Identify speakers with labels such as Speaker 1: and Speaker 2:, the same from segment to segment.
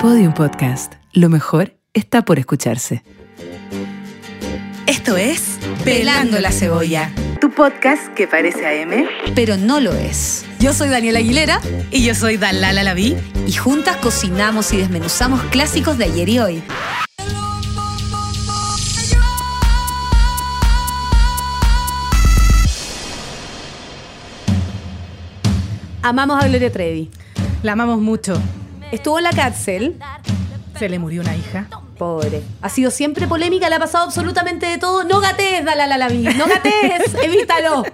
Speaker 1: Podium Podcast. Lo mejor está por escucharse.
Speaker 2: Esto es Pelando la Cebolla,
Speaker 1: Tu podcast que parece AM.
Speaker 2: pero no lo es. Yo soy Daniela Aguilera
Speaker 1: Y yo soy Dalala Laví.
Speaker 2: y juntas cocinamos y desmenuzamos clásicos de ayer y hoy.
Speaker 3: Amamos a Gloria Trevi.
Speaker 4: La amamos mucho.
Speaker 3: Estuvo en la cárcel,
Speaker 4: Se le murió una hija.
Speaker 3: pobre. Ha sido siempre polémica, le ha pasado absolutamente de todo. No gates, Dalala la No gates, evítalo.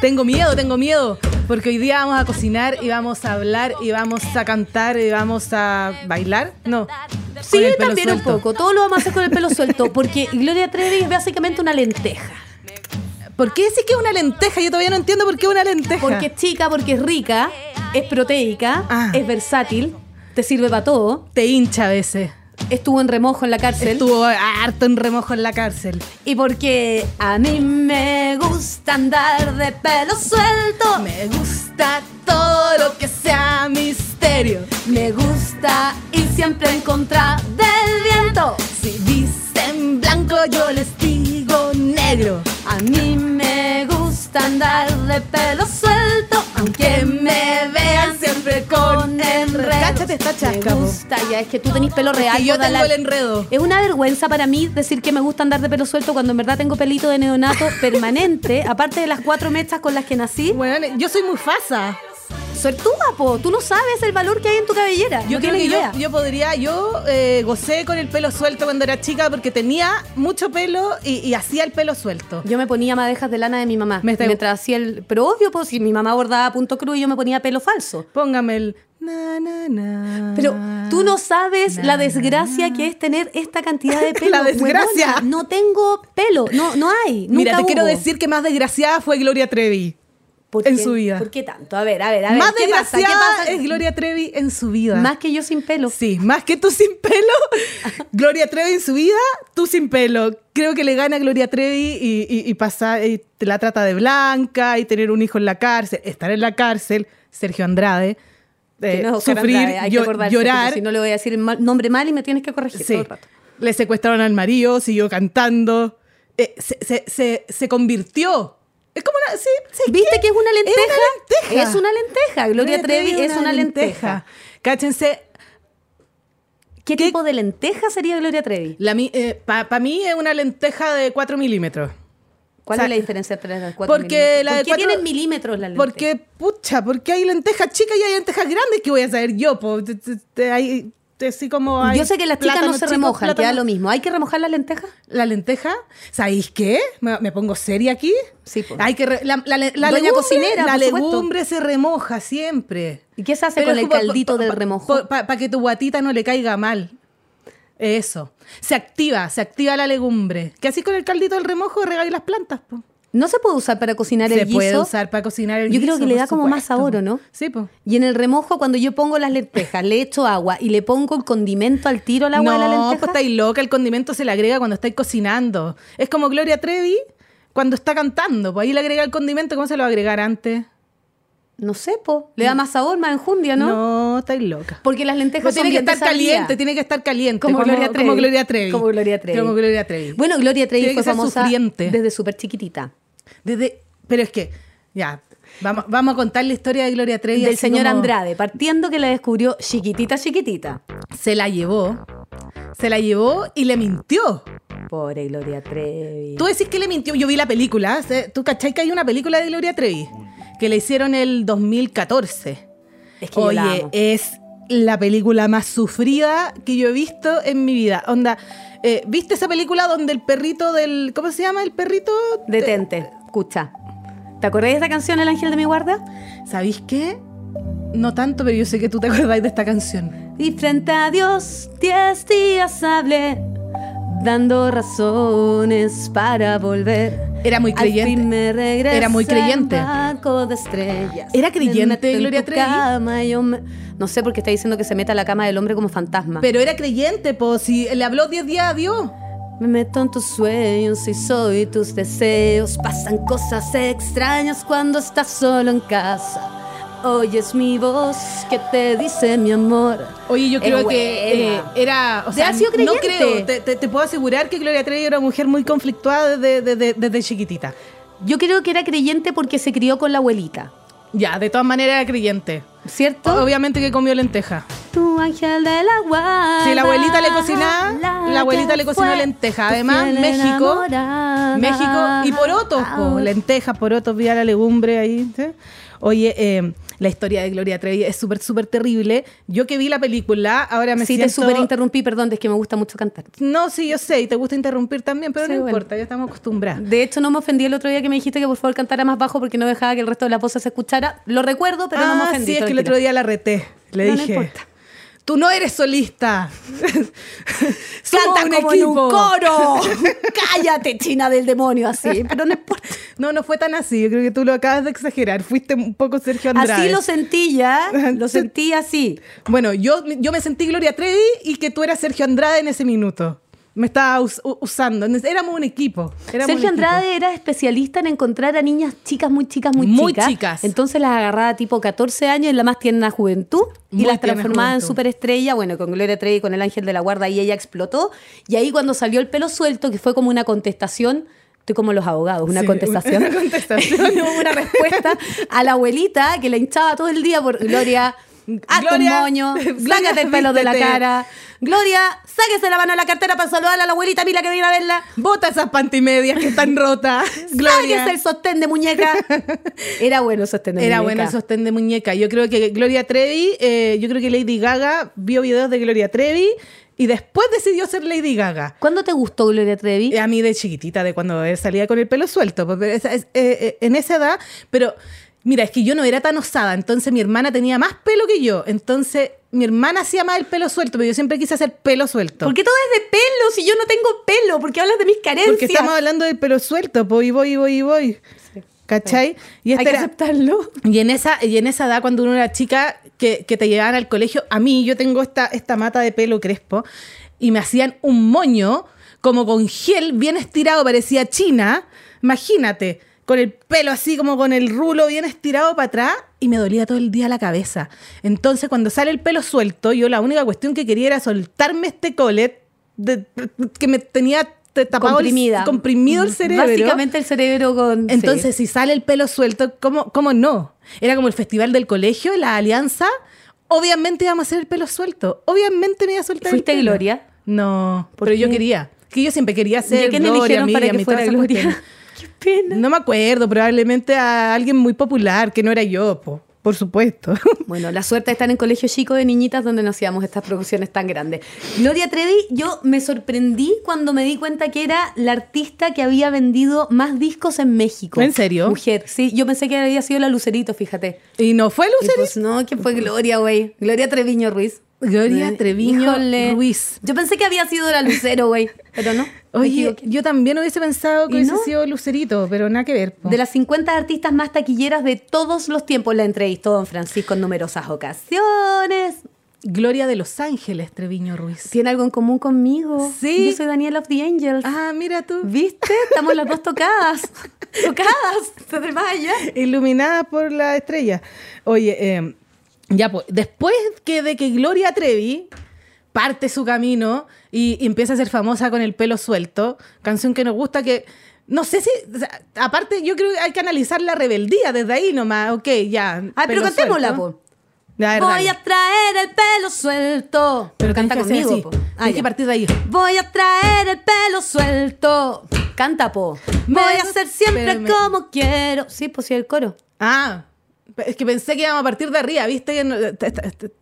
Speaker 4: Tengo miedo, tengo miedo. Porque hoy día vamos a cocinar y vamos a hablar y vamos a cantar y vamos a bailar. No.
Speaker 3: Sí,
Speaker 4: con el pelo
Speaker 3: también un
Speaker 4: suelto.
Speaker 3: poco. Todo lo vamos a hacer con el pelo suelto, porque Gloria Trevi es básicamente una lenteja.
Speaker 4: ¿Por qué decís que es una lenteja? Yo todavía no entiendo por qué es una lenteja.
Speaker 3: Porque es chica, porque es rica, es proteica,
Speaker 4: Ah.
Speaker 3: es versátil, te sirve para todo.
Speaker 4: te hincha a veces.
Speaker 3: Estuvo en remojo en la cárcel.
Speaker 4: Estuvo harto en remojo en la cárcel.
Speaker 3: Y porque a mí me gusta andar de pelo suelto.
Speaker 4: Me gusta todo lo que sea misterio.
Speaker 3: Me gusta ir siempre en contra del viento.
Speaker 4: Si dicen blanco, yo les digo negro.
Speaker 3: A mí me gusta andar de pelo suelto, aunque me vean siempre con enredos.
Speaker 4: Cáchate esta chasca,
Speaker 3: Me
Speaker 4: po.
Speaker 3: gusta, ya es que tú tenés pelo real.
Speaker 4: que Ah, yo
Speaker 3: Godalá.
Speaker 4: tengo el enredo.
Speaker 3: Es una vergüenza para mí decir que me gusta andar de pelo suelto cuando en verdad tengo pelito de neonato permanente, aparte de las cuatro mechas con las que nací.
Speaker 4: Bueno, yo soy muy fasa.
Speaker 3: Suertuda, po, tú no sabes el valor que hay en tu cabellera.
Speaker 4: Yo
Speaker 3: no
Speaker 4: creo
Speaker 3: tienes
Speaker 4: que yo,
Speaker 3: idea.
Speaker 4: yo podría, yo eh, gocé con el pelo suelto cuando era chica porque tenía mucho pelo y, y hacía el pelo suelto.
Speaker 3: Yo me ponía madejas de lana de mi mamá.
Speaker 4: Me está-
Speaker 3: Mientras hacía el. Pero obvio, pues si mi mamá bordaba punto cru y yo me ponía pelo falso.
Speaker 4: Póngame el na na na.
Speaker 3: Pero tú no sabes la desgracia que es tener esta cantidad de pelo.
Speaker 4: Ah, La desgracia.
Speaker 3: huevona. No tengo pelo. No, no hay. Nunca
Speaker 4: Mira, te quiero
Speaker 3: hubo.
Speaker 4: decir que más desgraciada fue Gloria Trevi.
Speaker 3: ¿Por
Speaker 4: en
Speaker 3: qué-
Speaker 4: su vida.
Speaker 3: ¿Por qué tanto? A ver, a ver, a ver.
Speaker 4: más
Speaker 3: ¿qué pasa? ¿Qué
Speaker 4: desgraciada
Speaker 3: pasa?
Speaker 4: es Gloria Trevi en su vida.
Speaker 3: Más que yo sin pelo.
Speaker 4: Sí, más que tú sin pelo. Gloria Trevi en su vida, tú sin pelo. Creo que le gana a Gloria Trevi y, y- y pasa- y te la trata de blanca y tener un hijo en la cárcel, estar en la cárcel, Sergio Andrade,
Speaker 3: Que
Speaker 4: eh,
Speaker 3: no es Oscar
Speaker 4: sufrir,
Speaker 3: Andrade, hay que
Speaker 4: llo-
Speaker 3: acordarse, porque
Speaker 4: llorar.
Speaker 3: Si no le voy a decir el mal- nombre mal y me tienes que corregir
Speaker 4: Sí.
Speaker 3: todo el rato.
Speaker 4: Le secuestraron al marido, siguió cantando. Eh, se, se- se- se convirtió. Es como una. Sí, sí,
Speaker 3: ¿Viste que es una
Speaker 4: una
Speaker 3: lenteja?
Speaker 4: lenteja.
Speaker 3: Es una lenteja. Gloria Trevi es una lenteja.
Speaker 4: Cáchense,
Speaker 3: ¿Qué,
Speaker 4: ¿Qué-
Speaker 3: tipo de lenteja sería Gloria Trevi?
Speaker 4: para eh, mí es una lenteja de 4 milímetros.
Speaker 3: ¿Cuál
Speaker 4: O sea,
Speaker 3: es la diferencia entre las cuatro
Speaker 4: porque
Speaker 3: milímetros?
Speaker 4: la
Speaker 3: ¿Por
Speaker 4: de
Speaker 3: qué
Speaker 4: cuatro-
Speaker 3: tienen milímetros la lenteja?
Speaker 4: Porque, pucha, porque hay lentejas chicas y hay lentejas grandes que voy a saber yo. po. Te- te- te- hay- te- así como hay
Speaker 3: yo sé que las chicas no
Speaker 4: plátanos
Speaker 3: se
Speaker 4: chicos,
Speaker 3: remojan, queda
Speaker 4: plátanos-
Speaker 3: lo mismo. ¿Hay que remojar las lentejas?
Speaker 4: La lenteja, ¿sabéis qué? ¿Me, me pongo seria aquí?
Speaker 3: Sí, po.
Speaker 4: Hay que re- la, la- la- la
Speaker 3: Doña
Speaker 4: legumbre,
Speaker 3: cocinera,
Speaker 4: la
Speaker 3: por supuesto.
Speaker 4: legumbre se remoja siempre.
Speaker 3: ¿Y qué se hace
Speaker 4: Pero
Speaker 3: con
Speaker 4: es
Speaker 3: el
Speaker 4: como
Speaker 3: caldito
Speaker 4: pa-
Speaker 3: del
Speaker 4: pa-
Speaker 3: remojo?
Speaker 4: pa- Para que tu guatita no le caiga mal. Eso. Se activa, se activa la legumbre. Que así con el caldito del remojo regáis las plantas. po.
Speaker 3: ¿No se puede usar para cocinar
Speaker 4: Se
Speaker 3: el guiso?
Speaker 4: puede usar para cocinar el
Speaker 3: Yo creo
Speaker 4: guiso,
Speaker 3: que le
Speaker 4: por
Speaker 3: da como más
Speaker 4: supuesto.
Speaker 3: sabor, ¿o no?
Speaker 4: Sí, pues.
Speaker 3: Y en el remojo, cuando yo pongo las lentejas, le echo agua y le pongo el condimento al tiro al agua de la
Speaker 4: no,
Speaker 3: lenteja.
Speaker 4: pues estáis loca, el condimento se le agrega cuando estáis cocinando. Es como Gloria Trevi cuando está cantando, pues ahí le agrega el condimento, ¿cómo se lo va a agregar antes?
Speaker 3: No sé, po. Le da más sabor, más enjundia, ¿no?
Speaker 4: No, estáis loca.
Speaker 3: Porque las lentejas
Speaker 4: Pero
Speaker 3: son
Speaker 4: tiene que
Speaker 3: bien de
Speaker 4: estar
Speaker 3: sandía.
Speaker 4: caliente, tiene que estar caliente.
Speaker 3: Como Gloria Trevi.
Speaker 4: Como Gloria Trevi.
Speaker 3: Como Gloria Trevi.
Speaker 4: Como Gloria Trevi.
Speaker 3: Bueno, Gloria Trevi
Speaker 4: Tiene
Speaker 3: fue
Speaker 4: que ser
Speaker 3: famosa
Speaker 4: sufriente.
Speaker 3: desde súper chiquitita.
Speaker 4: Desde- pero es que, ya, vamos, vamos a contar la historia de Gloria Trevi.
Speaker 3: del
Speaker 4: así
Speaker 3: señor
Speaker 4: como-
Speaker 3: Andrade, partiendo que la descubrió chiquitita, chiquitita.
Speaker 4: Se la llevó, se la llevó y le mintió.
Speaker 3: Pobre Gloria Trevi.
Speaker 4: Tú decís que le mintió. Yo vi la película. ¿eh? ¿Tú cachai que hay una película de Gloria Trevi? Que le hicieron el 2014.
Speaker 3: Es que yo la
Speaker 4: Oye,
Speaker 3: amo.
Speaker 4: es la película más sufrida que yo he visto en mi vida. Onda, eh, ¿viste esa película donde el perrito del. ¿Cómo se llama? El perrito.
Speaker 3: Detente, escucha. ¿Te acordás de esta canción, El Ángel de mi Guarda?
Speaker 4: ¿Sabéis qué? No tanto, pero yo sé que tú te acordáis de esta canción.
Speaker 3: Y frente a Dios, diez días hablé, dando razones para volver.
Speaker 4: Era muy
Speaker 3: Al fin
Speaker 4: creyente.
Speaker 3: me regresa
Speaker 4: Era muy
Speaker 3: en
Speaker 4: creyente.
Speaker 3: barco de estrellas.
Speaker 4: ¿Era
Speaker 3: Me
Speaker 4: creyente
Speaker 3: meto en
Speaker 4: Gloria
Speaker 3: tu
Speaker 4: Trevi?
Speaker 3: cama y yo me- No sé por qué está diciendo que se meta a la cama del hombre como fantasma.
Speaker 4: Pero era creyente, pues si le habló 10 días a Dios.
Speaker 3: Me meto en tus sueños y soy tus deseos. Pasan cosas extrañas cuando estás solo en casa. oyes mi voz que te dice mi amor.
Speaker 4: Oye, yo
Speaker 3: Es
Speaker 4: creo que eh,
Speaker 3: buena.
Speaker 4: era. O
Speaker 3: ¿Te
Speaker 4: sea,
Speaker 3: has sido
Speaker 4: no
Speaker 3: creyente?
Speaker 4: creo. Te, te- te puedo asegurar que Gloria Trevi era una mujer muy conflictuada desde, desde- desde chiquitita.
Speaker 3: Yo creo que era creyente porque se crió con la abuelita,
Speaker 4: Ya, de todas maneras era creyente.
Speaker 3: ¿cierto?
Speaker 4: Obviamente que comió lenteja.
Speaker 3: Tu ángel de la guarda.
Speaker 4: Si la abuelita le cocinaba, la abuelita
Speaker 3: que
Speaker 4: le cocinó
Speaker 3: fue
Speaker 4: lenteja.
Speaker 3: tu
Speaker 4: Además,
Speaker 3: fiel
Speaker 4: México,
Speaker 3: enamorada.
Speaker 4: México y
Speaker 3: ah,
Speaker 4: porotos, po.
Speaker 3: Ahora-
Speaker 4: lentejas, porotos, vía la legumbre ahí. ¿sí? Oye, eh, la historia de Gloria Trevi es súper, súper terrible. Yo que vi la película, ahora me
Speaker 3: Sí, te
Speaker 4: siento...
Speaker 3: super interrumpí, perdón, es que me gusta mucho cantar.
Speaker 4: No, sí, yo sé, y te gusta interrumpir también, pero
Speaker 3: Sí,
Speaker 4: no
Speaker 3: bueno.
Speaker 4: importa, ya estamos acostumbrados.
Speaker 3: De hecho, no me ofendí el otro día que me dijiste que por favor cantara más bajo porque no dejaba que el resto de la posa se escuchara. Lo recuerdo, pero no me
Speaker 4: Ah,
Speaker 3: ofendí.
Speaker 4: sí, es
Speaker 3: todo
Speaker 4: que el
Speaker 3: tiro.
Speaker 4: otro día la reté. Le
Speaker 3: No, no
Speaker 4: dije,
Speaker 3: importa.
Speaker 4: tú no eres solista.
Speaker 3: Somos
Speaker 4: Canta
Speaker 3: como
Speaker 4: como
Speaker 3: en
Speaker 4: equipo.
Speaker 3: un coro. Cállate, China del demonio, así. Pero no importa.
Speaker 4: No, no fue tan así. Yo creo que tú lo acabas de exagerar. Fuiste un poco Sergio Andrade.
Speaker 3: Así lo sentí ya. Lo sentí así.
Speaker 4: Bueno, yo, yo me sentí Gloria Trevi y que tú eras Sergio Andrade en ese minuto. Me estaba us- u- usando. Éramos un equipo.
Speaker 3: Sergio
Speaker 4: éramos un equipo.
Speaker 3: Andrade era especialista en encontrar a niñas chicas, muy chicas, muy,
Speaker 4: Muy
Speaker 3: chicas.
Speaker 4: chicas.
Speaker 3: Entonces las agarraba tipo 14 años en la más tierna juventud y
Speaker 4: Muy
Speaker 3: las
Speaker 4: tierna
Speaker 3: transformaba en
Speaker 4: juventud.
Speaker 3: superestrella. Bueno, con Gloria Trevi, con el Ángel de la Guarda, y ella explotó. Y ahí cuando salió el pelo suelto, que fue como una contestación. Estoy como los abogados, una
Speaker 4: Sí,
Speaker 3: contestación.
Speaker 4: una contestación.
Speaker 3: una respuesta a la abuelita que la hinchaba todo el día por Gloria. Hazte un
Speaker 4: Gloria,
Speaker 3: moño,
Speaker 4: Gloria,
Speaker 3: sácate el pelo de la
Speaker 4: vístete.
Speaker 3: cara. Gloria, sáquese la mano de la cartera para saludar a la abuelita Mila que viene a verla.
Speaker 4: Bota esas pantimedias que están rotas.
Speaker 3: Gloria.
Speaker 4: Gloria.
Speaker 3: el sostén de muñeca. Era bueno el sostén de
Speaker 4: Era
Speaker 3: muñeca.
Speaker 4: bueno el sostén de muñeca. Yo creo que Gloria Trevi, eh, yo creo que Lady Gaga vio videos de Gloria Trevi y después decidió ser Lady Gaga.
Speaker 3: ¿Cuándo te gustó Gloria Trevi?
Speaker 4: Eh, A mí de chiquitita, de cuando eh, salía con el pelo suelto, pues, pero esa- es- eh, eh, en esa edad, pero mira, es que yo no era tan osada, entonces mi hermana tenía más pelo que yo, entonces mi hermana hacía más el pelo suelto, pero yo siempre quise hacer pelo suelto.
Speaker 3: ¿Por qué todo es de pelo si yo no tengo pelo? ¿Por qué hablas de mis carencias?
Speaker 4: Porque estamos hablando del pelo suelto, pues, y voy, y voy, y voy. ¿Cachai?
Speaker 3: Hay
Speaker 4: Y esta
Speaker 3: que
Speaker 4: era-
Speaker 3: aceptarlo.
Speaker 4: Y en esa, y en esa edad, cuando uno era chica, que, que te llevaban al colegio, a mí yo tengo esta, esta mata de pelo crespo y me hacían un moño como con gel bien estirado, parecía china, imagínate, con el pelo así como con el rulo bien estirado para atrás y me dolía todo el día la cabeza. Entonces cuando sale el pelo suelto, yo la única cuestión que quería era soltarme este colet de- que me tenía te- tapado el-
Speaker 3: Comprimida. Mm.
Speaker 4: comprimido el cerebro.
Speaker 3: Básicamente el cerebro con...
Speaker 4: Entonces, si sale el pelo suelto, ¿cómo, ¿cómo no? Era como el festival del colegio, la alianza. Obviamente íbamos a hacer el pelo suelto. Obviamente me iba a soltar el
Speaker 3: ¿Fuiste
Speaker 4: pelo.
Speaker 3: Gloria?
Speaker 4: No, pero yo quería. Que yo siempre quería
Speaker 3: sí. ¿Y a
Speaker 4: ser
Speaker 3: quién
Speaker 4: Gloria,
Speaker 3: eligieron para
Speaker 4: Miriam
Speaker 3: que
Speaker 4: y todas
Speaker 3: fuera
Speaker 4: esas
Speaker 3: Gloria?
Speaker 4: cuestiones.
Speaker 3: Qué pena.
Speaker 4: No me acuerdo, probablemente a alguien muy popular, que no era yo, po, por supuesto.
Speaker 3: Bueno, la suerte de estar en colegio chico de niñitas donde no hacíamos estas producciones tan grandes. Gloria Trevi, yo me sorprendí cuando me di cuenta que era la artista que había vendido más discos en México.
Speaker 4: ¿En serio?
Speaker 3: Mujer, sí. Yo pensé que había sido la Lucerito, fíjate.
Speaker 4: Y no fue
Speaker 3: Y
Speaker 4: Lucerito.
Speaker 3: pues no, que fue Gloria, güey. Gloria Treviño Ruiz.
Speaker 4: Gloria
Speaker 3: Eh,
Speaker 4: Treviño Ruiz.
Speaker 3: Yo pensé que había sido la Lucero, güey. Pero no. me
Speaker 4: Oye,
Speaker 3: equivoqué.
Speaker 4: yo también hubiese pensado que
Speaker 3: ¿Y
Speaker 4: hubiese
Speaker 3: no?
Speaker 4: sido Lucerito, pero nada que ver. po.
Speaker 3: De las 50 artistas más taquilleras de todos los tiempos, la entrevistó Don Francisco en numerosas ocasiones.
Speaker 4: Gloria de Los Ángeles, Treviño Ruiz.
Speaker 3: Tiene algo en común conmigo.
Speaker 4: Sí.
Speaker 3: Yo soy Daniela of the Angels.
Speaker 4: Ah, mira tú.
Speaker 3: ¿Viste? Estamos las dos tocadas. tocadas. Desde más allá.
Speaker 4: iluminada por la estrella. Oye, eh, ya pues, después que de que Gloria Trevi parte su camino y, y empieza a ser famosa con el pelo suelto, canción que nos gusta que... No sé si, o sea, aparte yo creo que hay que analizar la rebeldía desde ahí nomás, ok, ya.
Speaker 3: Ah, pero
Speaker 4: pelo
Speaker 3: cantémosla,
Speaker 4: suelto.
Speaker 3: po.
Speaker 4: Ya, a ver,
Speaker 3: Voy
Speaker 4: dale.
Speaker 3: a traer el pelo suelto.
Speaker 4: Pero
Speaker 3: canta
Speaker 4: tenés que hacer
Speaker 3: conmigo,
Speaker 4: así.
Speaker 3: po. Ah,
Speaker 4: Hay
Speaker 3: ya.
Speaker 4: que partir de ahí.
Speaker 3: Voy a traer el pelo suelto. Canta, po.
Speaker 4: Me
Speaker 3: Voy a
Speaker 4: gusta-
Speaker 3: ser siempre
Speaker 4: pero me-
Speaker 3: como quiero. Sí, pues sí, el coro.
Speaker 4: Ah, es que pensé que íbamos a partir de arriba, ¿viste? Que no- te- te- te-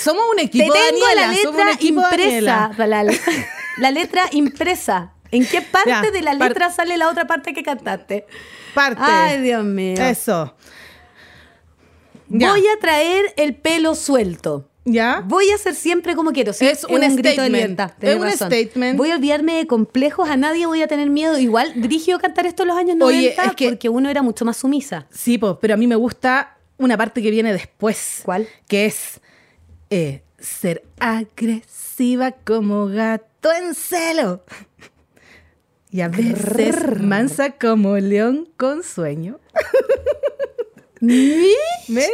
Speaker 4: Somos un
Speaker 3: Te
Speaker 4: equipo,
Speaker 3: tengo
Speaker 4: Daniela,
Speaker 3: la
Speaker 4: somos un
Speaker 3: letra
Speaker 4: equipo,
Speaker 3: impresa.
Speaker 4: Daniela.
Speaker 3: La, la letra impresa. ¿En qué parte
Speaker 4: Ya,
Speaker 3: de la
Speaker 4: par-
Speaker 3: letra sale la otra parte que cantaste?
Speaker 4: Parte.
Speaker 3: Ay, Dios mío.
Speaker 4: Eso. Ya.
Speaker 3: Voy a traer el pelo suelto.
Speaker 4: ¿Ya?
Speaker 3: Voy a ser siempre como quiero. Sí,
Speaker 4: Es un
Speaker 3: grito de
Speaker 4: statement.
Speaker 3: libertad.
Speaker 4: Es
Speaker 3: tenés
Speaker 4: un
Speaker 3: razón.
Speaker 4: statement.
Speaker 3: Voy a olvidarme de complejos. A nadie voy a tener miedo. Igual, dirigió cantar esto en los años 90
Speaker 4: Oye, es que-
Speaker 3: porque uno era mucho más sumisa.
Speaker 4: Sí, po, pero a mí me gusta una parte que viene después.
Speaker 3: ¿Cuál?
Speaker 4: Que es eh, ser agresiva como gato en celo. Y a veces mansa como león con sueño. Mira,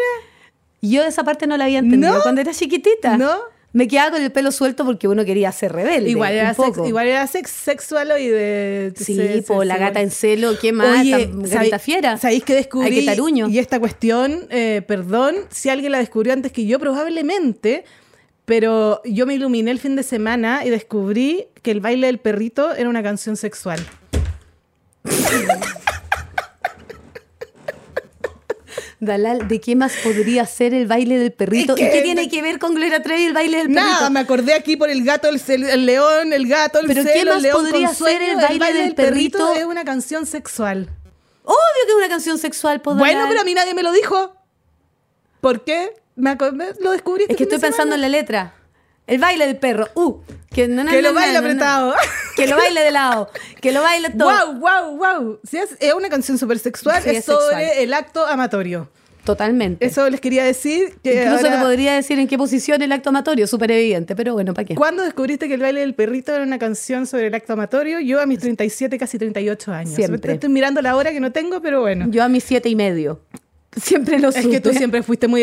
Speaker 3: Yo esa parte no la había entendido
Speaker 4: ¿No?
Speaker 3: cuando era chiquitita.
Speaker 4: ¿No?
Speaker 3: Me quedaba con el pelo suelto porque uno quería ser rebelde.
Speaker 4: Igual
Speaker 3: un
Speaker 4: era, sex-
Speaker 3: poco.
Speaker 4: igual era sex- sexual y de...
Speaker 3: Sí,
Speaker 4: se-
Speaker 3: po,
Speaker 4: se-
Speaker 3: la
Speaker 4: se-
Speaker 3: gata en celo, ¿qué más?
Speaker 4: Oye,
Speaker 3: Tan-
Speaker 4: ¿sabéis-
Speaker 3: Gatita fiera.
Speaker 4: ¿Sabéis que descubrí?
Speaker 3: Ay, qué taruño.
Speaker 4: Y esta cuestión, eh, perdón, si alguien la descubrió antes que yo, probablemente, pero yo me iluminé el fin de semana y descubrí que el baile del perrito era una canción sexual.
Speaker 3: Dalal, ¿de qué más podría ser el baile del perrito?
Speaker 4: Es
Speaker 3: ¿Y
Speaker 4: que-
Speaker 3: qué tiene que ver con Gloria Trevi el baile del perrito?
Speaker 4: Nada, me acordé aquí por el gato, el, cel- el león, el gato, el
Speaker 3: Pero ¿qué
Speaker 4: celo, el
Speaker 3: más
Speaker 4: león con
Speaker 3: podría ser
Speaker 4: sueño.
Speaker 3: el baile del perrito?
Speaker 4: es una canción sexual.
Speaker 3: Obvio que es una canción sexual, po,
Speaker 4: Bueno,
Speaker 3: Dalal.
Speaker 4: pero a mí nadie me lo dijo. ¿Por qué? Me acordé- lo descubrí este
Speaker 3: Es que
Speaker 4: fin de
Speaker 3: estoy pensando
Speaker 4: semana.
Speaker 3: en la letra. El baile del perro. Uh, que, no, no,
Speaker 4: Que
Speaker 3: no,
Speaker 4: lo
Speaker 3: no,
Speaker 4: baile
Speaker 3: no, no.
Speaker 4: apretado.
Speaker 3: Que lo baile de lado. Que lo baile todo.
Speaker 4: Wow, wow, wow. Si es, es una canción súper sexual,
Speaker 3: Sí,
Speaker 4: es,
Speaker 3: es
Speaker 4: sobre
Speaker 3: sexual.
Speaker 4: el acto amatorio.
Speaker 3: Totalmente.
Speaker 4: Eso les quería decir. Que
Speaker 3: Incluso
Speaker 4: ahora-
Speaker 3: te podría decir en qué posición el acto amatorio, súper evidente, pero bueno, ¿para qué?
Speaker 4: ¿Cuándo descubriste que el baile del perrito era una canción sobre el acto amatorio? Yo a mis 37, casi 38 años.
Speaker 3: Siempre.
Speaker 4: Estoy mirando la hora que no tengo, pero bueno.
Speaker 3: Yo a mis siete y medio. Siempre lo
Speaker 4: es que tú
Speaker 3: supe.
Speaker 4: siempre fuiste muy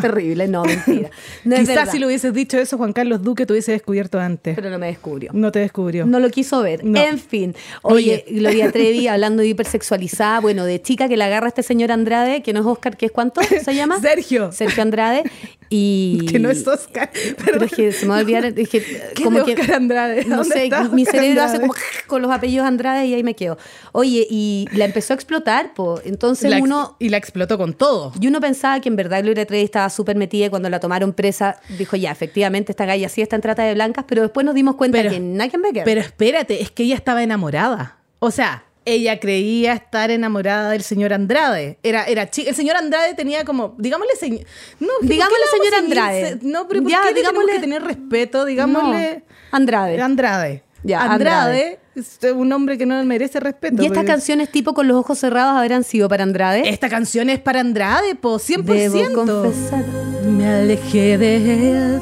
Speaker 3: Terrible, no, mentira. No es
Speaker 4: Quizás
Speaker 3: verdad.
Speaker 4: si le hubieses dicho eso, Juan Carlos Duque te hubiese descubierto antes.
Speaker 3: Pero no me descubrió.
Speaker 4: no te descubrió.
Speaker 3: No lo quiso ver.
Speaker 4: No.
Speaker 3: En fin. Oye, Gloria Trevi hablando de hipersexualizada, bueno, de chica que la agarra este señor Andrade, que no es Oscar, que es cuánto se llama?
Speaker 4: Sergio.
Speaker 3: Sergio Andrade. Y.
Speaker 4: Que no es Oscar.
Speaker 3: Pero es que se me va a olvidar. Es que, como
Speaker 4: es
Speaker 3: que,
Speaker 4: de Oscar Andrade?
Speaker 3: No
Speaker 4: ¿Dónde
Speaker 3: sé,
Speaker 4: está
Speaker 3: mi
Speaker 4: Oscar
Speaker 3: cerebro hace
Speaker 4: Andrade?
Speaker 3: como con los apellidos Andrade y ahí me quedo. Oye, y la empezó a explotar, po. Entonces
Speaker 4: La ex-
Speaker 3: uno.
Speaker 4: y la explotó con todo.
Speaker 3: Y uno pensaba que en verdad Gloria Trevi estaba súper metida y cuando la tomaron presa dijo, ya, efectivamente, esta galla sí está en trata de blancas, pero después nos dimos cuenta
Speaker 4: Pero-
Speaker 3: que nada que ver.
Speaker 4: Pero espérate, es que ella estaba enamorada. O sea, ella creía estar enamorada del señor Andrade. Era, era chi- El señor Andrade tenía como, digámosle, señor. No, ¿por qué
Speaker 3: Digámosle
Speaker 4: le
Speaker 3: señor
Speaker 4: vamos a
Speaker 3: Andrade.
Speaker 4: seguir se- No, pero ¿por
Speaker 3: Ya,
Speaker 4: qué le tenemos
Speaker 3: digámosle-
Speaker 4: que tener respeto? Digámosle.
Speaker 3: No, Andrade.
Speaker 4: Andrade.
Speaker 3: Ya,
Speaker 4: Andrade, es un hombre que no merece respeto.
Speaker 3: ¿Y estas
Speaker 4: porque-
Speaker 3: canciones tipo con los ojos cerrados habrán sido para Andrade?
Speaker 4: Esta canción es para Andrade, po, 100%.
Speaker 3: Debo confesar.
Speaker 4: Me alejé de él,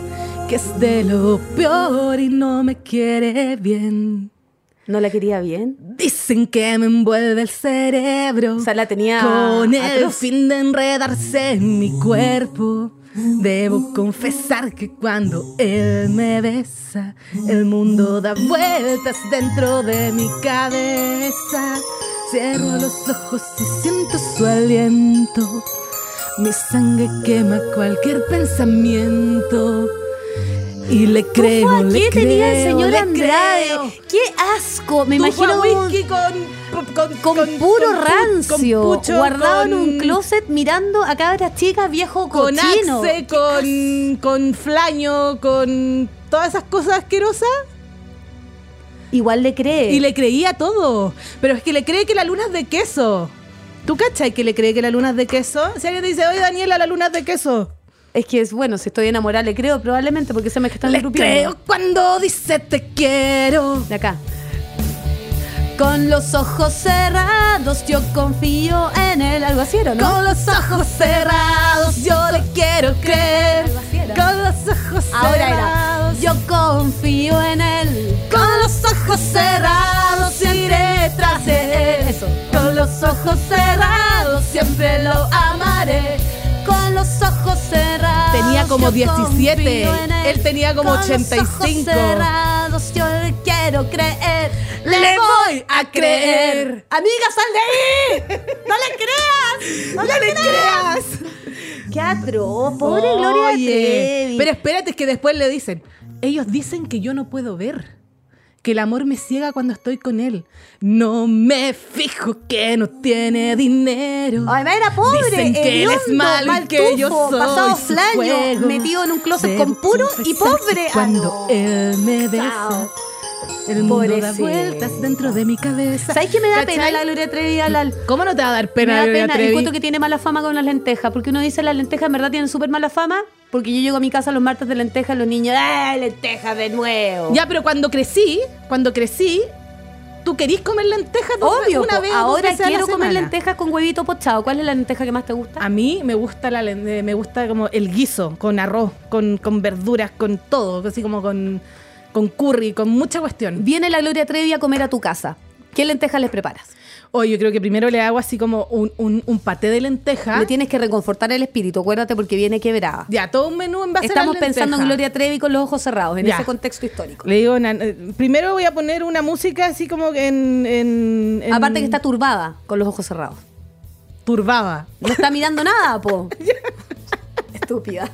Speaker 4: que es de lo peor y no me quiere bien.
Speaker 3: No la quería bien.
Speaker 4: Dicen que me envuelve el cerebro.
Speaker 3: O sea, la tenía
Speaker 4: Con el
Speaker 3: atroz.
Speaker 4: fin de enredarse en mi cuerpo. Debo confesar que cuando él me besa, el mundo da vueltas dentro de mi cabeza. Cierro los ojos y siento su aliento. Mi sangre quema cualquier pensamiento. Y le creo,
Speaker 3: Ojo,
Speaker 4: le
Speaker 3: ¿Qué tenía el
Speaker 4: creo,
Speaker 3: señor
Speaker 4: le
Speaker 3: Andrade?
Speaker 4: creo.
Speaker 3: ¡Qué asco! Me
Speaker 4: Tufa
Speaker 3: imagino un-
Speaker 4: whisky con, con,
Speaker 3: con
Speaker 4: con-
Speaker 3: puro
Speaker 4: con pu-
Speaker 3: rancio,
Speaker 4: con pucho,
Speaker 3: guardado en
Speaker 4: con-
Speaker 3: un closet mirando a cabras chicas, viejo
Speaker 4: con
Speaker 3: cochino.
Speaker 4: axe, con, con flaño, con todas esas cosas asquerosas.
Speaker 3: Igual le cree.
Speaker 4: Y le creía todo. Pero es que le cree que la luna es de queso. ¿Tú cachai que le cree que la luna es de queso? Si alguien te dice, oye Daniela, la luna es de queso.
Speaker 3: Es que es bueno, si estoy enamorada le creo probablemente porque se me que están
Speaker 4: Le
Speaker 3: grupeando.
Speaker 4: creo cuando dice te quiero.
Speaker 3: De acá. Con los ojos cerrados yo confío en él. Algo así era, ¿no?
Speaker 4: Con los ojos cerrados yo le quiero creer.
Speaker 3: Algo así era.
Speaker 4: Con los ojos
Speaker 3: Ahora era.
Speaker 4: cerrados
Speaker 3: Yo confío en él.
Speaker 4: Con los ojos cerrados iré tras de él.
Speaker 3: Eso.
Speaker 4: Con los ojos cerrados siempre lo amaré.
Speaker 3: Con los ojos cerrados.
Speaker 4: Tenía como
Speaker 3: yo
Speaker 4: 17.
Speaker 3: confío en
Speaker 4: Él tenía como
Speaker 3: Con los ojos
Speaker 4: 85.
Speaker 3: cerrados yo le quiero creer.
Speaker 4: Le voy a creer.
Speaker 3: Amiga, sal de ahí. No le creas.
Speaker 4: ¡No le creas!
Speaker 3: Qué atroz. Pobre Gloria Trevi.
Speaker 4: Pero espérate, es que después le dicen: Ellos dicen que yo no puedo ver. Que el amor me ciega cuando estoy con él. No me fijo que no tiene dinero.
Speaker 3: Ay, era pobre,
Speaker 4: Dicen que él es
Speaker 3: hediondo,
Speaker 4: malo y que yo
Speaker 3: maltufo,
Speaker 4: soy
Speaker 3: pasado
Speaker 4: su
Speaker 3: flaño,
Speaker 4: juego.
Speaker 3: metido en un closet
Speaker 4: Debo
Speaker 3: con puro y
Speaker 4: confesar que
Speaker 3: pobre. Ah,
Speaker 4: Cuando
Speaker 3: no.
Speaker 4: él me besa,
Speaker 3: Chao.
Speaker 4: el mundo da
Speaker 3: Pobrecito.
Speaker 4: vueltas dentro de mi cabeza.
Speaker 3: ¿Sabes qué me da pena
Speaker 4: ¿Cachai?
Speaker 3: la Gloria Trevi? Alal?
Speaker 4: ¿Cómo no te va a dar
Speaker 3: Me
Speaker 4: pena,
Speaker 3: da
Speaker 4: Gloria
Speaker 3: pena,
Speaker 4: Trevi?
Speaker 3: encuentro que tiene mala fama con las lentejas, porque uno dice las lentejas en verdad tienen súper mala fama, porque yo llego a mi casa los martes de lentejas, los niños, ¡ah, lentejas de nuevo!
Speaker 4: Ya, pero cuando crecí, cuando crecí, tú querís comer lentejas dos-
Speaker 3: Obvio,
Speaker 4: pues, una
Speaker 3: po,
Speaker 4: vez o dos
Speaker 3: ahora
Speaker 4: veces a la
Speaker 3: quiero comer
Speaker 4: semana.
Speaker 3: lentejas con huevito pochado. ¿Cuál es la lenteja que más te gusta?
Speaker 4: A mí me gusta la len- eh, me gusta como el guiso con arroz, con, con verduras, con todo, así como con con curry, con mucha cuestión.
Speaker 3: Viene la Gloria Trevi a comer a tu casa. ¿Qué lentejas les preparas?
Speaker 4: Oye, yo creo que primero le hago así como un, un, un paté de lenteja.
Speaker 3: Le tienes que reconfortar el espíritu, acuérdate, porque viene quebrada.
Speaker 4: Ya, todo un menú en base a
Speaker 3: Estamos
Speaker 4: las lentejas.
Speaker 3: pensando en Gloria Trevi con los ojos cerrados, en
Speaker 4: Ya.
Speaker 3: ese contexto histórico.
Speaker 4: Le digo, nan- eh, primero voy a poner una música así como que en, en- en-
Speaker 3: Aparte que está turbada con los ojos cerrados.
Speaker 4: turbada.
Speaker 3: No está mirando nada, po. Estúpida.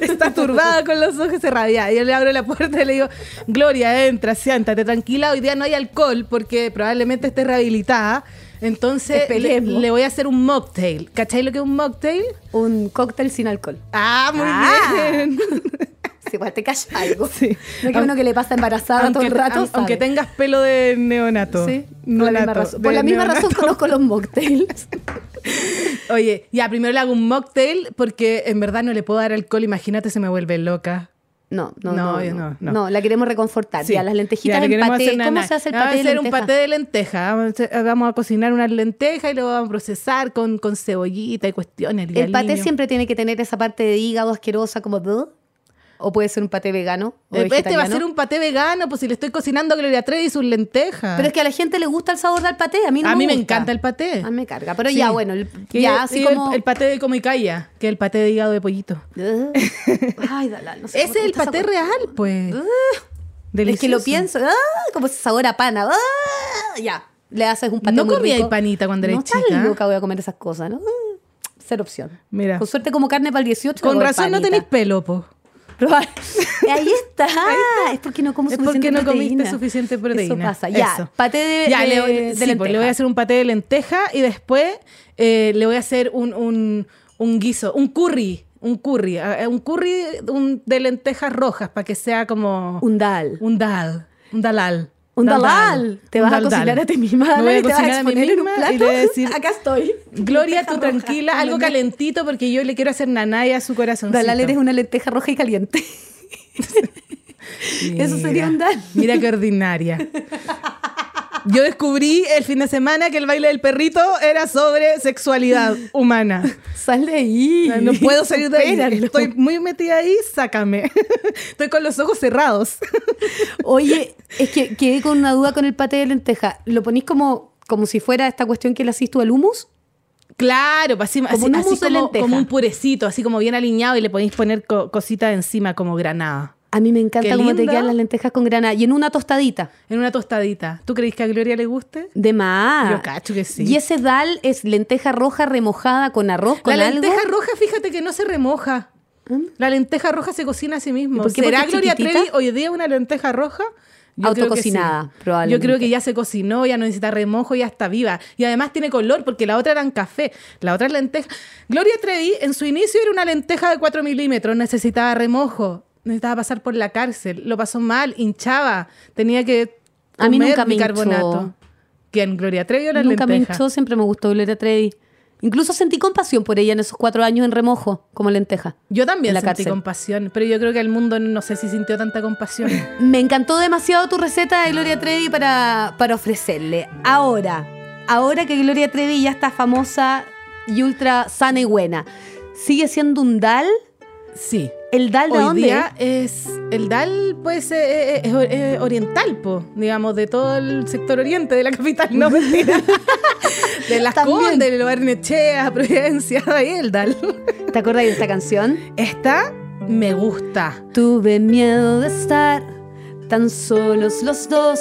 Speaker 4: Está turbada con los ojos cerrados. Ya, yo le abro la puerta y le digo, Gloria, entra, siéntate tranquila. Hoy día no hay alcohol porque probablemente esté rehabilitada. Entonces le,
Speaker 3: Esperemos.
Speaker 4: le voy a hacer un mocktail. ¿Cachai lo que es un mocktail?
Speaker 3: Un cóctel sin alcohol.
Speaker 4: Ah, muy
Speaker 3: Ah.
Speaker 4: bien.
Speaker 3: Si igual te calla algo.
Speaker 4: Sí.
Speaker 3: No que uno que le pasa embarazada todo el
Speaker 4: te-
Speaker 3: rato.
Speaker 4: aun-
Speaker 3: sabe.
Speaker 4: aunque tengas pelo de neonato.
Speaker 3: Sí, por la
Speaker 4: Neonato,
Speaker 3: misma razón,
Speaker 4: de
Speaker 3: por la misma razón
Speaker 4: neonato.
Speaker 3: conozco los mocktails.
Speaker 4: Oye, ya primero le hago un mocktail porque en verdad no le puedo dar alcohol. Imagínate, se me vuelve loca.
Speaker 3: No, no,
Speaker 4: No,
Speaker 3: no.
Speaker 4: yo no, no.
Speaker 3: la queremos reconfortar.
Speaker 4: Sí.
Speaker 3: Ya, las lentejitas
Speaker 4: Ya, le
Speaker 3: en
Speaker 4: queremos
Speaker 3: paté.
Speaker 4: hacer
Speaker 3: ¿Cómo
Speaker 4: nana.
Speaker 3: se hace el
Speaker 4: Vamos
Speaker 3: paté
Speaker 4: a
Speaker 3: de
Speaker 4: hacer un
Speaker 3: lenteja?
Speaker 4: paté de lenteja. Vamos a, hacer- vamos a cocinar unas lentejas y luego vamos a procesar con, con cebollita y cuestiones. y
Speaker 3: El paté
Speaker 4: aliño.
Speaker 3: siempre tiene que tener esa parte de hígado asquerosa como... "Bleh", O puede ser un paté vegano o
Speaker 4: Eh, Este va a
Speaker 3: vegetariano.
Speaker 4: ser un paté vegano, pues si le estoy cocinando a Gloria Trevi sus lentejas.
Speaker 3: Ah. Pero es que a la gente le gusta el sabor del paté. A mí no
Speaker 4: a mí me,
Speaker 3: gusta.
Speaker 4: encanta el paté.
Speaker 3: A mí me carga. Pero
Speaker 4: Sí.
Speaker 3: ya, bueno. el-
Speaker 4: Y-
Speaker 3: ya, así
Speaker 4: y el-
Speaker 3: como...
Speaker 4: El, paté de comicaya, que es el paté de hígado de pollito.
Speaker 3: Ugh. Ay, Dalal, no sé
Speaker 4: Ese
Speaker 3: cómo te
Speaker 4: es el
Speaker 3: gusta esa
Speaker 4: paté
Speaker 3: cuestión.
Speaker 4: real, pues.
Speaker 3: Es que lo
Speaker 4: Delicioso.
Speaker 3: pienso, ¡ah! como ese sabor a pana. ¡ah! Ya, le haces un paté
Speaker 4: ¿No
Speaker 3: muy
Speaker 4: comía
Speaker 3: rico.
Speaker 4: ahí panita cuando eres
Speaker 3: no, tan
Speaker 4: chica?
Speaker 3: loca voy a comer esas cosas, ¿no? Mm, Ser opción.
Speaker 4: Mira.
Speaker 3: Con suerte como carne para el 18.
Speaker 4: Con
Speaker 3: hago el
Speaker 4: razón no
Speaker 3: panita.
Speaker 4: tenéis pelo, po.
Speaker 3: Probable. Ahí está. Es porque no como
Speaker 4: Es
Speaker 3: suficiente
Speaker 4: porque no
Speaker 3: proteína.
Speaker 4: comiste suficiente proteína.
Speaker 3: Eso pasa. Ya,
Speaker 4: Eso.
Speaker 3: paté de,
Speaker 4: Ya,
Speaker 3: de-
Speaker 4: le, voy-
Speaker 3: de
Speaker 4: sí, pues,
Speaker 3: lenteja.
Speaker 4: le voy a hacer un paté de lenteja y después eh, le voy a hacer un, un- un guiso, un curry. Un curry. eh, Un curry un- de lentejas rojas para que sea como.
Speaker 3: un dal.
Speaker 4: un dal. Un dalal.
Speaker 3: Un dalal. Te
Speaker 4: Un
Speaker 3: vas a
Speaker 4: daldal.
Speaker 3: cocinar a ti misma.
Speaker 4: Me voy a
Speaker 3: Dani, te vas
Speaker 4: cocinar a mí
Speaker 3: exponer en un
Speaker 4: misma y
Speaker 3: plato.
Speaker 4: le voy a decir,
Speaker 3: Acá estoy.
Speaker 4: Gloria, tú
Speaker 3: Lenteja roja.
Speaker 4: tranquila, algo calentito porque yo le quiero hacer nanaya a su corazón.
Speaker 3: Dalal eres una lenteja roja y caliente. Eso sería un dal.
Speaker 4: Mira qué ordinaria. Yo descubrí el fin de semana que el baile del perrito era sobre sexualidad humana.
Speaker 3: Sal de ahí.
Speaker 4: No puedo salir de ahí.
Speaker 3: Supéralo.
Speaker 4: Estoy muy metida ahí, sácame. Estoy con los ojos cerrados.
Speaker 3: Oye, es que quedé con una duda con el paté de lenteja. ¿Lo ponís como, como si fuera esta cuestión que le hacís tú al humus?
Speaker 4: Claro, pues así, así-
Speaker 3: un
Speaker 4: así
Speaker 3: hummus de
Speaker 4: como,
Speaker 3: lenteja.
Speaker 4: como un purecito, así como bien alineado y le podéis poner co- cositas encima como granada.
Speaker 3: A mí me
Speaker 4: Qué
Speaker 3: encanta cómo te
Speaker 4: linda.
Speaker 3: quedan las lentejas con granada. Y en una tostadita.
Speaker 4: En una tostadita. ¿Tú crees que a Gloria le guste?
Speaker 3: De más.
Speaker 4: Yo cacho que sí.
Speaker 3: Y ese dal es lenteja roja remojada con arroz, con
Speaker 4: La
Speaker 3: algo.
Speaker 4: lenteja roja, fíjate que no se remoja. La lenteja roja se cocina a sí mismo.
Speaker 3: ¿Y por qué?
Speaker 4: ¿Será
Speaker 3: ¿Porque es
Speaker 4: Gloria
Speaker 3: chiquitita?
Speaker 4: Trevi hoy día una lenteja roja? Yo creo que
Speaker 3: Autococinada, probablemente.
Speaker 4: Yo creo que ya se cocinó, ya no necesita remojo, ya está viva. Y además tiene color, porque la otra era en café. La otra es lenteja. Gloria Trevi en su inicio era una lenteja de 4 milímetros, necesitaba remojo, necesitaba pasar por la cárcel, lo pasó mal, hinchaba, tenía que
Speaker 3: A mí
Speaker 4: comer
Speaker 3: nunca me hinchó.
Speaker 4: bicarbonato. ¿Quién? ¿Gloria Trevi o la
Speaker 3: Nunca me
Speaker 4: lenteja?
Speaker 3: hinchó, siempre me gustó Gloria Trevi. Incluso sentí compasión por ella en esos cuatro años en remojo, como lenteja.
Speaker 4: Yo también
Speaker 3: en la
Speaker 4: sentí
Speaker 3: cárcel.
Speaker 4: compasión, pero yo creo que el mundo no sé si sintió tanta compasión.
Speaker 3: Me encantó demasiado tu receta de Gloria Trevi para, para ofrecerle. Ahora, ahora que Gloria Trevi ya está famosa y ultra sana y buena, ¿sigue siendo un dal?
Speaker 4: Sí.
Speaker 3: ¿El dal de
Speaker 4: Hoy
Speaker 3: dónde?
Speaker 4: día es el dal, pues eh, eh, es, or- eh, oriental, po, digamos, de todo el sector oriente de la capital, no mentira. de las
Speaker 3: También.
Speaker 4: Condes, de Barnechea, Providencia, ahí el dal.
Speaker 3: ¿Te acordás de esta canción?
Speaker 4: Esta me gusta.
Speaker 3: Tuve miedo de estar tan solos los dos.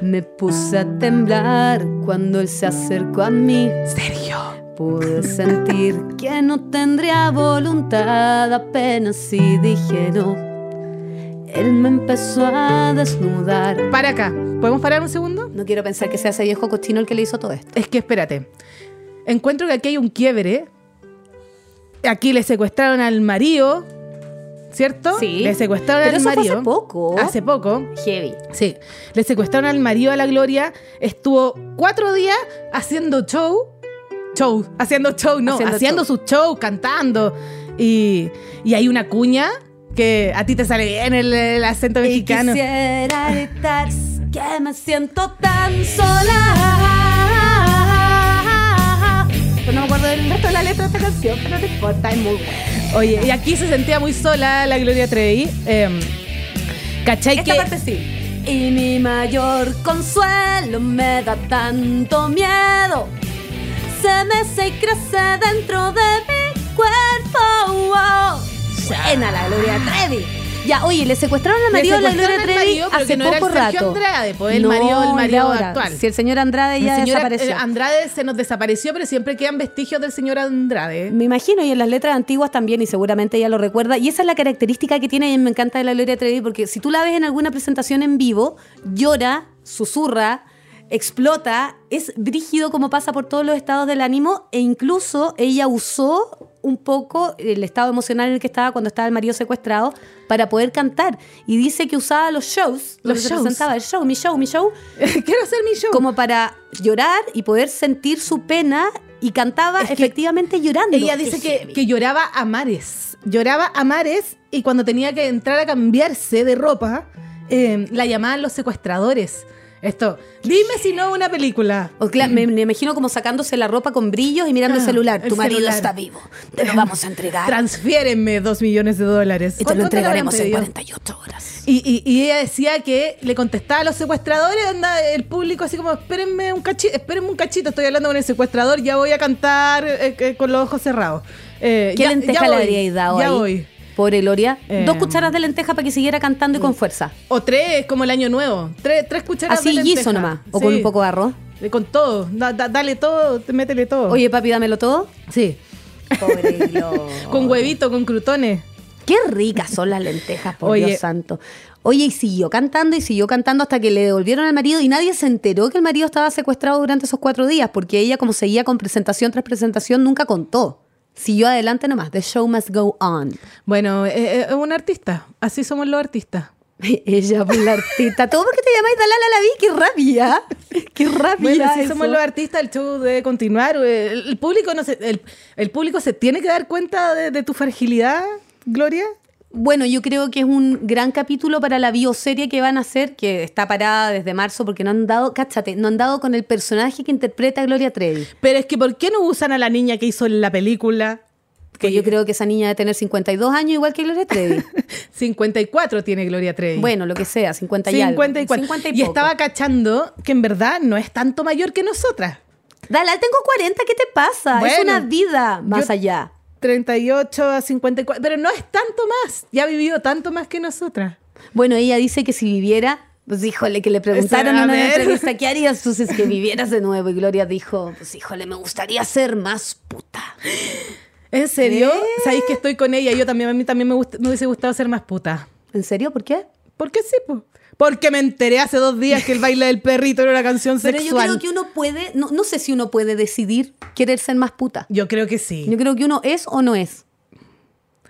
Speaker 3: Me puse a temblar cuando él se acercó a mí.
Speaker 4: Sergio.
Speaker 3: Pude sentir que no tendría voluntad apenas si dije no. Él me empezó a desnudar.
Speaker 4: Para acá. ¿Podemos parar un segundo?
Speaker 3: No quiero pensar que sea ese viejo cochino el que le hizo todo esto.
Speaker 4: Es que espérate. Encuentro que aquí hay un quiebre. Aquí le secuestraron al marido, ¿cierto?
Speaker 3: Sí.
Speaker 4: Le secuestraron
Speaker 3: Pero
Speaker 4: al
Speaker 3: eso fue
Speaker 4: marido.
Speaker 3: hace poco.
Speaker 4: Hace poco.
Speaker 3: Heavy.
Speaker 4: Sí, le secuestraron al marido a la Gloria. Estuvo cuatro días haciendo show. Show, haciendo show, no,
Speaker 3: Haciendo
Speaker 4: haciendo, su show, cantando. Y, y hay una cuña que a ti te sale bien el, el acento
Speaker 3: Y
Speaker 4: mexicano.
Speaker 3: quisiera gritar que me siento tan sola. Pero no me acuerdo del resto de la letra de esta canción, pero no importa, es muy buena.
Speaker 4: Oye, y aquí se sentía muy sola la Gloria Trevi. em, ¿Cachai
Speaker 3: Esta
Speaker 4: que
Speaker 3: parte sí. Y mi mayor consuelo me da tanto miedo. Se mece y crece dentro de mi cuerpo. Wow. Suena la Gloria Trevi. Ya, oye, le secuestraron al
Speaker 4: Le
Speaker 3: marido de la Gloria
Speaker 4: secuestraron al
Speaker 3: Trevi
Speaker 4: marido, pero
Speaker 3: hace
Speaker 4: que no era el
Speaker 3: poco
Speaker 4: Sergio
Speaker 3: rato.
Speaker 4: Andrade, pues, el marido- el
Speaker 3: el
Speaker 4: marido
Speaker 3: ahora.
Speaker 4: actual.
Speaker 3: Si el señor Andrade ya
Speaker 4: El señor
Speaker 3: desapareció.
Speaker 4: eh, Andrade se nos desapareció, pero siempre quedan vestigios del señor Andrade.
Speaker 3: Me imagino, y en las letras antiguas también, y seguramente ella lo recuerda. Y esa es la característica que tiene, y me encanta de la Gloria Trevi, porque si tú la ves en alguna presentación en vivo, llora, susurra, explota, es brígido como pasa por todos los estados del ánimo, e incluso ella usó un poco el estado emocional en el que estaba cuando estaba el marido secuestrado para poder cantar. Y dice que usaba los shows,
Speaker 4: Los
Speaker 3: donde se
Speaker 4: shows.
Speaker 3: presentaba el show, mi show, mi show,
Speaker 4: Quiero hacer mi show.
Speaker 3: como para llorar y poder sentir su pena. Y cantaba
Speaker 4: Es que
Speaker 3: efectivamente llorando.
Speaker 4: Ella dice que, que lloraba a mares. Lloraba a mares y cuando tenía que entrar a cambiarse de ropa, eh, la llamaban los secuestradores. Esto, dime si no es una película.
Speaker 3: O cla- me, me imagino como sacándose la ropa con brillos y mirando el
Speaker 4: Ah,
Speaker 3: celular.
Speaker 4: el
Speaker 3: tu marido
Speaker 4: celular. Em,
Speaker 3: está vivo. Te lo vamos a entregar.
Speaker 4: Transfiérenme dos millones de dólares.
Speaker 3: Y te lo
Speaker 4: ¿Cuánto le habrán
Speaker 3: entregaremos en
Speaker 4: pedido?
Speaker 3: 48 horas.
Speaker 4: Y, y- y ella decía que le contestaba a los secuestradores, onda, el público así como, espérenme un cachito, espérenme un cachito, estoy hablando con el secuestrador, ya voy a cantar eh, eh, con los ojos cerrados. Eh,
Speaker 3: ¿Qué
Speaker 4: ya-
Speaker 3: lenteja
Speaker 4: ya
Speaker 3: le
Speaker 4: voy,
Speaker 3: habríais dado
Speaker 4: Ya
Speaker 3: ahí?
Speaker 4: voy.
Speaker 3: Pobre Gloria.
Speaker 4: Eh,
Speaker 3: Dos cucharas de lenteja para que siguiera cantando y
Speaker 4: Mm.
Speaker 3: con fuerza.
Speaker 4: O tres, como el año nuevo. Tres, tres cucharas
Speaker 3: Así
Speaker 4: de
Speaker 3: guiso
Speaker 4: lenteja.
Speaker 3: nomás. O con
Speaker 4: Sí.
Speaker 3: un poco de arroz.
Speaker 4: Eh, Con todo. Da- da- dale todo, te- métele todo.
Speaker 3: Oye, papi, dámelo todo.
Speaker 4: sí.
Speaker 3: Pobre Gloria.
Speaker 4: Con huevito, con crutones.
Speaker 3: Qué ricas son las lentejas, por
Speaker 4: Oye.
Speaker 3: Dios santo. Oye, y siguió cantando y siguió cantando hasta que le devolvieron al marido y nadie se enteró que el marido estaba secuestrado durante esos cuatro días, porque ella, como seguía con presentación tras presentación, nunca contó. Siguió adelante nomás. The show must go on.
Speaker 4: Bueno, eh, es un artista. Así somos los artistas.
Speaker 3: ella, pues, la artista. Todo porque te llamáis Dalala la vi. ¡Qué rabia! ¡Qué rabia!
Speaker 4: Bueno, así
Speaker 3: eso.
Speaker 4: somos los artistas, el show debe continuar. El, el público no se, el, el público se tiene que dar cuenta de, de tu fragilidad, Gloria.
Speaker 3: Bueno, yo creo que es un gran capítulo para la bioserie que van a hacer, que está parada desde marzo porque no han dado, cáchate, no han dado con el personaje que interpreta a Gloria Trevi.
Speaker 4: Pero es que, ¿por qué no usan a la niña que hizo la película?
Speaker 3: Que yo creo que esa niña debe tener 52 años, igual que Gloria Trevi.
Speaker 4: 54 tiene Gloria Trevi.
Speaker 3: bueno, lo que sea, 50 y
Speaker 4: 54.
Speaker 3: algo. 50 y,
Speaker 4: y
Speaker 3: poco.
Speaker 4: estaba cachando que en verdad no es tanto mayor que nosotras.
Speaker 3: Dalal, tengo 40, ¿qué te pasa? es
Speaker 4: Bueno,
Speaker 3: una vida más
Speaker 4: yo-
Speaker 3: allá.
Speaker 4: 38 a 54, pero no es tanto más. Ya ha vivido tanto más que nosotras.
Speaker 3: Bueno, ella dice que si viviera, pues híjole, que le preguntaron
Speaker 4: Eso, a
Speaker 3: en una
Speaker 4: ver.
Speaker 3: entrevista, ¿qué harías tú si es que vivieras de nuevo? Y Gloria dijo, pues híjole, me gustaría ser más puta.
Speaker 4: ¿En serio? Sabéis que estoy con ella. Yo también, a mí también me, gust- me hubiese gustado ser más puta.
Speaker 3: ¿En serio? ¿Por qué?
Speaker 4: ¿Por qué sí, po? Porque me enteré hace dos días que el baile del perrito era una canción
Speaker 3: Pero
Speaker 4: sexual.
Speaker 3: yo creo que uno puede, no, no sé si uno puede decidir querer ser más puta.
Speaker 4: Yo creo que sí.
Speaker 3: Yo creo que uno es o no es.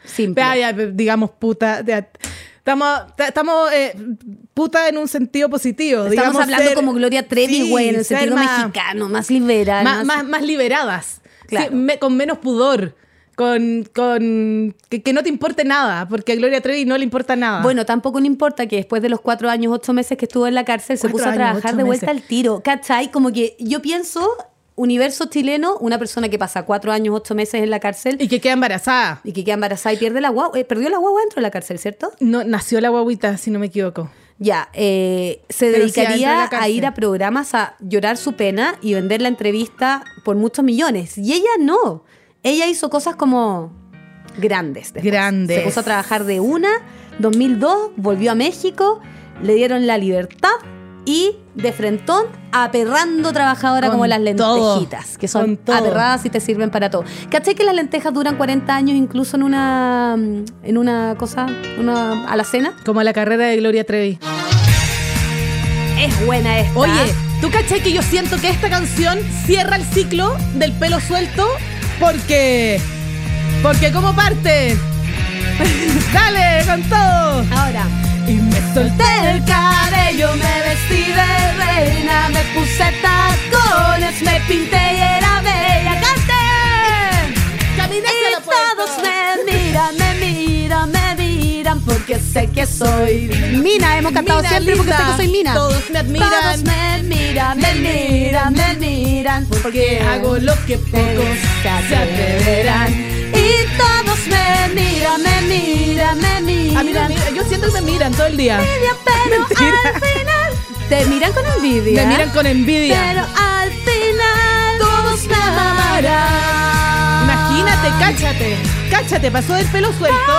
Speaker 3: Simple.
Speaker 4: Ah, ya, digamos, puta. ya. Estamos, ta- estamos eh, puta en un sentido positivo.
Speaker 3: Estamos
Speaker 4: digamos,
Speaker 3: hablando
Speaker 4: ser-
Speaker 3: como Gloria Trevi,
Speaker 4: Sí,
Speaker 3: güey, en el
Speaker 4: ser
Speaker 3: sentido
Speaker 4: más-
Speaker 3: mexicano, más liberal.
Speaker 4: más,
Speaker 3: Más,
Speaker 4: más, más liberadas,
Speaker 3: Claro.
Speaker 4: Sí, me- con menos pudor, con, con que, que no te importe nada, porque a Gloria Trevi no le importa nada.
Speaker 3: Bueno, tampoco le importa que después de los cuatro años, ocho meses que estuvo en la cárcel, se
Speaker 4: Cuatro
Speaker 3: puso a
Speaker 4: años,
Speaker 3: trabajar
Speaker 4: ocho
Speaker 3: de vuelta
Speaker 4: meses.
Speaker 3: al tiro. ¿Cachai? Como que yo pienso, universo chileno, una persona que pasa cuatro años, ocho meses en la cárcel
Speaker 4: y que queda embarazada.
Speaker 3: y que queda embarazada y pierde la guagua. eh, perdió la guagua dentro de la cárcel, ¿cierto?
Speaker 4: No, nació la guaguita, si no me equivoco.
Speaker 3: Ya, eh, se
Speaker 4: Pero sí, adentro de
Speaker 3: dedicaría
Speaker 4: la
Speaker 3: a
Speaker 4: cárcel.
Speaker 3: ir a programas a llorar su pena y vender la entrevista por muchos millones. Y ella no. Ella hizo cosas como grandes. después.
Speaker 4: Grandes.
Speaker 3: Se puso a trabajar de una, 2002, volvió a México, le dieron la libertad y de frentón aperrando trabajadora
Speaker 4: Con
Speaker 3: como las
Speaker 4: todo.
Speaker 3: lentejitas, que son
Speaker 4: Con todo.
Speaker 3: aperradas y te sirven para todo. ¿Caché que las lentejas duran 40 años incluso en una, en una cosa, una alacena?
Speaker 4: Como la carrera de Gloria Trevi.
Speaker 3: Es buena esta.
Speaker 4: Oye, ¿tú caché que yo siento que esta canción cierra el ciclo del pelo suelto? Porque. Porque como parte. ¡Dale, con todo!
Speaker 3: Ahora.
Speaker 4: Y me solté
Speaker 3: Del cabello me vestí de reina, me puse tacones, me pinté y era bella, canté.
Speaker 4: Caminé
Speaker 3: Y
Speaker 4: hacia la
Speaker 3: todos
Speaker 4: puerta.
Speaker 3: me miran, me miran, me miran, porque sé que soy Mina. Hemos cantado
Speaker 4: Mina,
Speaker 3: siempre porque sé
Speaker 4: linda.
Speaker 3: que soy Mina.
Speaker 4: Todos me admiran.
Speaker 3: Todos me miran, me miran, me miran, porque
Speaker 4: Hago lo que
Speaker 3: pocos
Speaker 4: pocos
Speaker 3: se atreverán. Y todos me Me mira, me mira, me mira.
Speaker 4: A mí me Ah, mira- yo siento que me miran todo el día.
Speaker 3: pero
Speaker 4: Mentira.
Speaker 3: al final te miran con envidia.
Speaker 4: Me miran con envidia.
Speaker 3: Pero al final todos me amarán.
Speaker 4: Imagínate, cáchate. Cáchate, pasó del pelo suelto.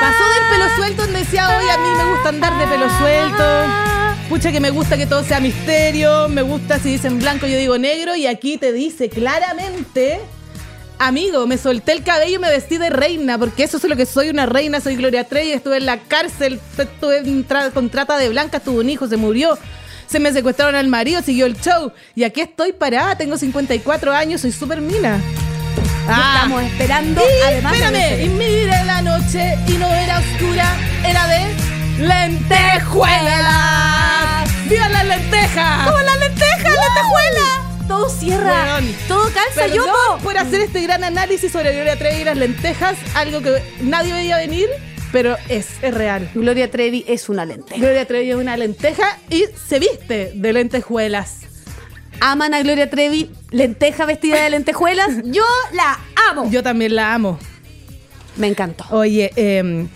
Speaker 4: Pasó del pelo suelto donde decía, oye, a mí me gusta andar de pelo suelto.
Speaker 3: Ah.
Speaker 4: Pucha que me gusta que todo sea misterio, me gusta si dicen blanco yo digo negro y aquí te dice claramente, amigo, me solté el cabello y me vestí de reina, porque eso es lo que soy, una reina, soy Gloria Trevi, estuve en la cárcel, estuve en tra- con trata de blancas, tuve un hijo, se murió. Se me secuestraron al marido, siguió el show. Y aquí estoy parada, tengo 54 años, soy Ah. súper mina.
Speaker 3: Estamos esperando,
Speaker 4: Y
Speaker 3: además. de
Speaker 4: espérame, y
Speaker 3: vencer.
Speaker 4: mire la noche y no era oscura, era de lentejuelas. ¡Viva las lentejas! ¡Como las lentejas, lentejuelas!
Speaker 3: Todo cierra,
Speaker 4: Weón.
Speaker 3: todo calza, yo.
Speaker 4: Perdón por hacer este gran análisis sobre Gloria Trevi y las lentejas, algo que nadie veía venir, pero es, es real.
Speaker 3: Gloria Trevi es una lenteja.
Speaker 4: Gloria Trevi es una lenteja y se viste de lentejuelas.
Speaker 3: Aman a Gloria Trevi, lenteja vestida de lentejuelas. Yo la amo.
Speaker 4: Yo también la amo.
Speaker 3: Me encantó.
Speaker 4: Oye, eh,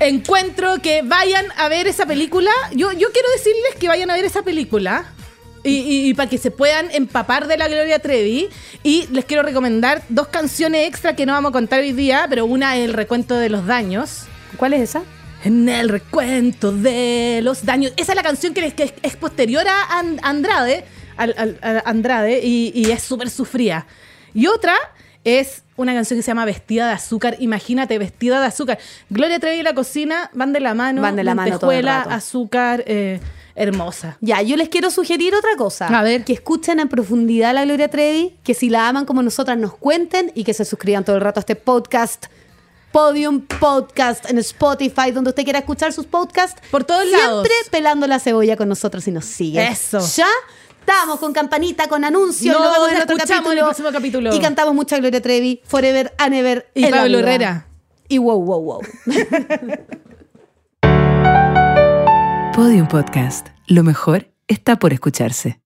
Speaker 4: encuentro que vayan a ver esa película. Yo, yo quiero decirles que vayan a ver esa película. Y, y- y para que se puedan empapar de la Gloria Trevi. Y les quiero recomendar dos canciones extra que no vamos a contar hoy día, pero una es el recuento de los daños.
Speaker 3: ¿Cuál es esa?
Speaker 4: En el recuento de los daños. Esa es la canción que es, que es- es posterior a An- Andrade. al- al- a Andrade y, y es súper sufrida. Y otra es una canción que se llama Vestida de Azúcar. Imagínate, Vestida de Azúcar. Gloria Trevi y la cocina van de la mano.
Speaker 3: Van de la mano todo el
Speaker 4: lentejuela,
Speaker 3: rato.
Speaker 4: azúcar, eh, hermosa.
Speaker 3: Ya, yo les quiero sugerir otra cosa.
Speaker 4: A ver.
Speaker 3: Que escuchen en profundidad a la Gloria Trevi, que si la aman como nosotras nos cuenten y que se suscriban todo el rato a este podcast. Podium Podcast en Spotify, donde usted quiera escuchar sus podcasts.
Speaker 4: Por todos
Speaker 3: Siempre
Speaker 4: lados.
Speaker 3: pelando la cebolla con nosotros y nos sigue.
Speaker 4: Eso.
Speaker 3: Ya estamos con campanita, con anuncios.
Speaker 4: Nos
Speaker 3: Nos vemos en
Speaker 4: escuchamos
Speaker 3: otro capítulo.
Speaker 4: en el próximo capítulo.
Speaker 3: Y cantamos mucha Gloria Trevi, Forever and Ever.
Speaker 4: Y
Speaker 3: en la
Speaker 4: Pablo
Speaker 3: vida.
Speaker 4: Herrera.
Speaker 3: Y wow, wow, wow.
Speaker 1: Podium Podcast. Lo mejor está por escucharse.